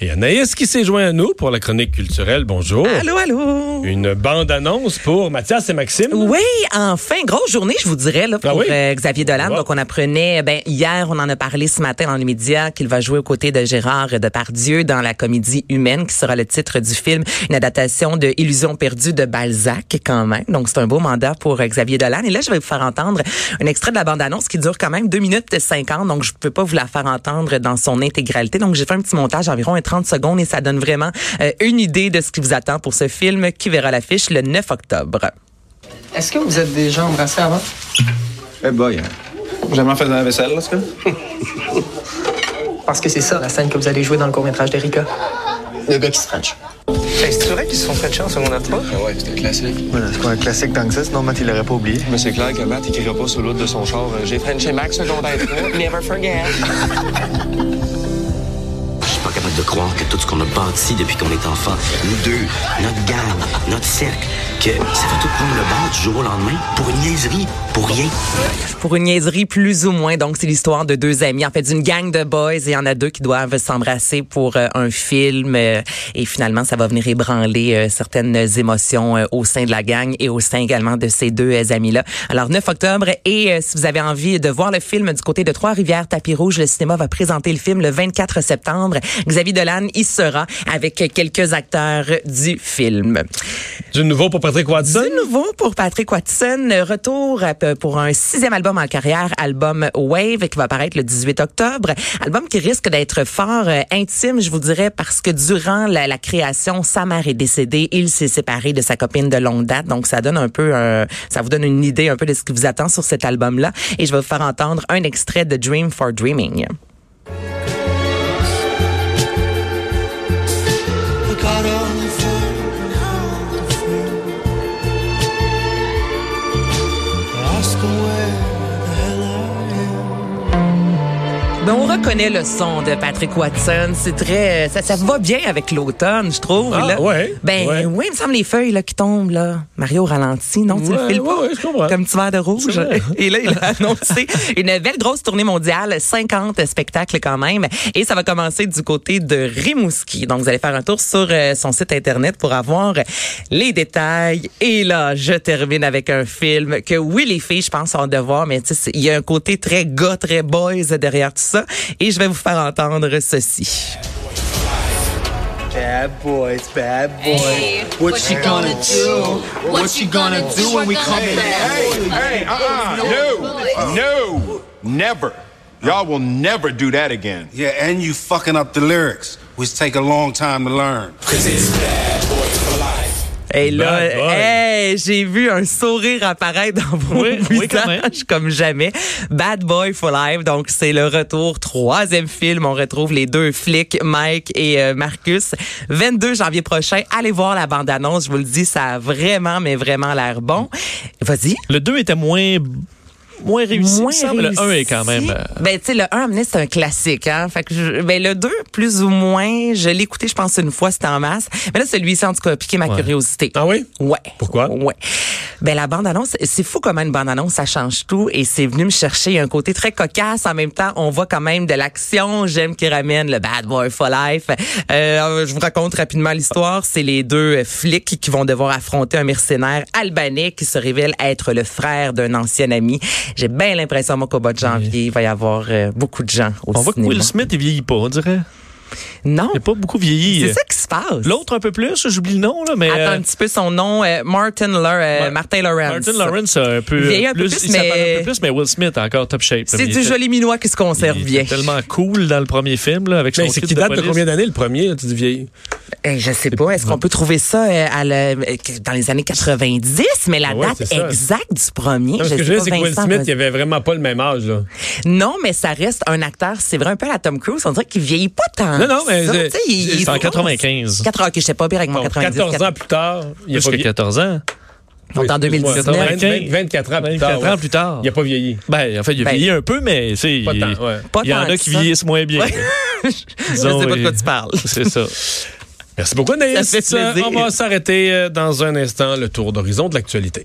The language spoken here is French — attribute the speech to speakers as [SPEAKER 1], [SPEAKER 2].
[SPEAKER 1] Et Anaïs qui s'est joint à nous pour la chronique culturelle. Bonjour.
[SPEAKER 2] Allô, allô.
[SPEAKER 1] Une bande-annonce pour Mathias et Maxime.
[SPEAKER 2] Oui, enfin, grosse journée, je vous dirais, là, pour
[SPEAKER 1] Ah oui?
[SPEAKER 2] euh, Xavier Dolan.
[SPEAKER 1] Wow.
[SPEAKER 2] Donc, on apprenait, ben, hier, on en a parlé ce matin dans les médias, qu'il va jouer aux côtés de Gérard Depardieu dans la comédie Humaine, qui sera le titre du film, une adaptation de Illusion perdue de Balzac, quand même. Donc, c'est un beau mandat pour euh, Xavier Dolan. Et là, je vais vous faire entendre un extrait de la bande-annonce qui dure quand même 2 minutes 50, donc je peux pas vous la faire entendre dans son intégralité. Donc, j'ai fait un petit montage environ un 30 secondes et ça donne vraiment euh, une idée de ce qui vous attend pour ce film qui verra l'affiche le 9 octobre.
[SPEAKER 3] Est-ce que vous êtes déjà embrassés avant?
[SPEAKER 4] Eh boy, hein. Jamais faire de la vaisselle, là, ce gars.
[SPEAKER 3] Parce que c'est ça la scène que vous allez jouer dans le court-métrage d'Erika. Le gars qui se French.
[SPEAKER 5] C'est vrai qu'ils se sont fait de chance au secondaire 3?
[SPEAKER 4] Ah ouais, c'était classique.
[SPEAKER 5] Voilà, c'est pas un classique tant que ça, sinon Matt, il l'aurait pas oublié.
[SPEAKER 4] Mais c'est clair que Matt écrira pas sur l'autre de son char. euh, J'ai Frenché Max, secondaire 3.
[SPEAKER 3] Never forget.
[SPEAKER 6] Je suis pas capable de croire que tout ce qu'on a bâti depuis qu'on est enfant, nous deux, notre gang, notre cercle, que ça va tout prendre le bord du jour au lendemain pour une niaiserie, pour rien.
[SPEAKER 2] pour une niaiserie plus ou moins. Donc, c'est l'histoire de deux amis, en fait, d'une gang de boys. Et il y en a deux qui doivent s'embrasser pour euh, un film. euh, et finalement, ça va venir ébranler euh, certaines émotions euh, au sein de la gang et au sein également de ces deux euh, amis-là. Alors, 9 octobre. Et euh, si vous avez envie de voir le film du côté de Trois-Rivières, Tapis Rouge, le cinéma va présenter le film le 24 septembre. Xavier Dolan y sera avec quelques acteurs du film.
[SPEAKER 1] Du nouveau pour Patrick Watson.
[SPEAKER 2] De nouveau pour Patrick Watson, retour euh, pour un sixième album en carrière, album Wave, qui va paraître le 18 octobre. Album qui risque d'être fort euh, intime, je vous dirais, parce que durant la, la création, sa mère est décédée, il s'est séparé de sa copine de longue date, donc ça donne un peu, euh, ça vous donne une idée un peu de ce qui vous attend sur cet album-là. Et je vais vous faire entendre un extrait de Dream for Dreaming. Ben, on reconnaît le son de Patrick Watson. C'est très, euh, ça, ça va bien avec l'automne, je trouve.
[SPEAKER 1] Ah,
[SPEAKER 2] là.
[SPEAKER 1] ouais,
[SPEAKER 2] Ben,
[SPEAKER 1] ouais.
[SPEAKER 2] oui, il me semble les feuilles là, qui tombent, là. Mario ralentit, non? Tu
[SPEAKER 1] Ouais,
[SPEAKER 2] le files pas?
[SPEAKER 1] ouais, ouais, je comprends.
[SPEAKER 2] Comme petit verre de
[SPEAKER 1] C'est
[SPEAKER 2] rouge.
[SPEAKER 1] vrai.
[SPEAKER 2] Et là, il a annoncé une belle grosse tournée mondiale, 50 spectacles quand même. Et ça va commencer du côté de Rimouski. Donc, vous allez faire un tour sur euh, son site Internet pour avoir les détails. Et là, je termine avec un film que, oui, les filles, je pense, ont de voir, mais tu sais, c'est- il y a un côté très gars, très boys derrière tout ça. Et je vais vous faire entendre ceci.
[SPEAKER 5] Bad boys, bad boys.
[SPEAKER 7] What you gonna do? What you gonna do when we come in?
[SPEAKER 8] Hey, uh-uh. No. No. Never. Y'all will never do that again.
[SPEAKER 9] Yeah, and you fucking up the lyrics, which take a long time to learn.
[SPEAKER 2] Et là,
[SPEAKER 1] Bad boy.
[SPEAKER 2] hey, j'ai vu un sourire apparaître dans vos
[SPEAKER 1] Oui,
[SPEAKER 2] visages
[SPEAKER 1] oui, quand même.
[SPEAKER 2] comme jamais. Bad Boy for Life, donc c'est le retour, troisième film. On retrouve les deux flics, Mike et euh, Marcus. 22 janvier prochain, allez voir la bande-annonce. Je vous le dis, ça a vraiment, mais vraiment l'air bon. Vas-y.
[SPEAKER 10] Le 2 était moins, moins réussi. il me
[SPEAKER 2] Moins
[SPEAKER 10] semble. Le 1 est quand même.
[SPEAKER 2] réussi.
[SPEAKER 10] euh,
[SPEAKER 2] Ben, tu sais, le 1, à mener, c'est un classique, hein. Fait que, je- ben, le 2, plus ou moins, je l'ai écouté, je pense, une fois, c'était en masse. Mais là, celui-ci, en tout cas, a piqué ma curiosité.
[SPEAKER 1] Ah oui?
[SPEAKER 2] Ouais.
[SPEAKER 1] Pourquoi?
[SPEAKER 2] Ouais. Ben la bande annonce, c'est fou comment une bande annonce ça change tout et c'est venu me chercher Il y a un côté très cocasse en même temps. On voit quand même de l'action. J'aime qu'ils ramènent le Bad Boy for Life. Euh, je vous raconte rapidement l'histoire. C'est les deux euh, flics qui vont devoir affronter un mercenaire albanais qui se révèle être le frère d'un ancien ami. J'ai bien l'impression moi, qu'au mois de janvier, il va y avoir euh, beaucoup de gens au
[SPEAKER 10] On voit que
[SPEAKER 2] cinéma.
[SPEAKER 10] Will Smith, il vieillit pas, on dirait.
[SPEAKER 2] Non,
[SPEAKER 10] Il n'a pas beaucoup vieilli.
[SPEAKER 2] c'est ça qui se passe.
[SPEAKER 10] L'autre un peu plus, j'oublie le nom, là, mais.
[SPEAKER 2] Attends
[SPEAKER 10] euh,
[SPEAKER 2] un petit peu son nom, euh, Martin, Lau- euh,
[SPEAKER 10] Ouais.
[SPEAKER 2] Martin Lawrence.
[SPEAKER 10] Martin Lawrence a un peu
[SPEAKER 2] Il vieillit
[SPEAKER 10] euh,
[SPEAKER 2] un peu
[SPEAKER 10] plus,
[SPEAKER 2] plus,
[SPEAKER 10] il s'apparaît
[SPEAKER 2] mais-
[SPEAKER 10] un peu plus, mais Will Smith encore top shape.
[SPEAKER 2] C'est
[SPEAKER 10] Il
[SPEAKER 2] du
[SPEAKER 10] était-
[SPEAKER 2] joli minois qui se conserve
[SPEAKER 10] il
[SPEAKER 2] bien.
[SPEAKER 10] était tellement cool dans le premier film là, avec son
[SPEAKER 1] Ben, c'est
[SPEAKER 10] kit
[SPEAKER 1] qui date de
[SPEAKER 10] police.
[SPEAKER 1] combien d'années le premier, là, tu dis vieille?
[SPEAKER 2] Eh, je sais pas, est-ce qu'on peut trouver ça euh, à le- euh, que- dans les années 90, mais la
[SPEAKER 1] Ah ouais,
[SPEAKER 2] date
[SPEAKER 1] c'est ça.
[SPEAKER 2] exacte du premier,
[SPEAKER 1] Non,
[SPEAKER 2] je
[SPEAKER 1] ce que je
[SPEAKER 2] sais
[SPEAKER 1] veux dire,
[SPEAKER 2] pas,
[SPEAKER 1] c'est que Will
[SPEAKER 2] Vincent,
[SPEAKER 1] Smith,
[SPEAKER 2] vas-y.
[SPEAKER 1] il avait vraiment pas le même âge, là.
[SPEAKER 2] Non, mais ça reste un acteur, c'est vrai, un peu à la Tom Cruise, on dirait qu'il vieillit pas tant.
[SPEAKER 1] Non, non, mais
[SPEAKER 2] Ça,
[SPEAKER 1] c'est-
[SPEAKER 2] tu sais, il- il-
[SPEAKER 10] C'est en
[SPEAKER 2] il-
[SPEAKER 10] 95.
[SPEAKER 2] 4 heures que j'étais pas pire avec mon
[SPEAKER 1] Bon,
[SPEAKER 2] 90.
[SPEAKER 1] 14 ans plus tard, il a
[SPEAKER 10] Plus
[SPEAKER 1] pas
[SPEAKER 10] que
[SPEAKER 1] vieilli.
[SPEAKER 10] 14 ans.
[SPEAKER 2] Donc, en 2019.
[SPEAKER 1] 20, 24 ans plus tard.
[SPEAKER 10] 24 ans plus tard.
[SPEAKER 1] Il a pas vieilli.
[SPEAKER 10] Ben, en fait, il a
[SPEAKER 2] Ben,
[SPEAKER 10] vieilli un peu, mais tu sais,
[SPEAKER 1] Pas
[SPEAKER 10] il-
[SPEAKER 1] tant, ouais.
[SPEAKER 2] Pas
[SPEAKER 10] il y
[SPEAKER 2] tant
[SPEAKER 10] en a
[SPEAKER 2] que
[SPEAKER 10] qui
[SPEAKER 2] ça.
[SPEAKER 10] vieillissent moins bien.
[SPEAKER 2] je sais
[SPEAKER 10] Disons,
[SPEAKER 2] pas de quoi
[SPEAKER 10] et-
[SPEAKER 2] tu parles.
[SPEAKER 10] C'est ça.
[SPEAKER 1] Merci beaucoup, Anaïs.
[SPEAKER 2] Ça fait plaisir.
[SPEAKER 1] euh, On va s'arrêter euh, dans un instant le tour d'horizon de l'actualité.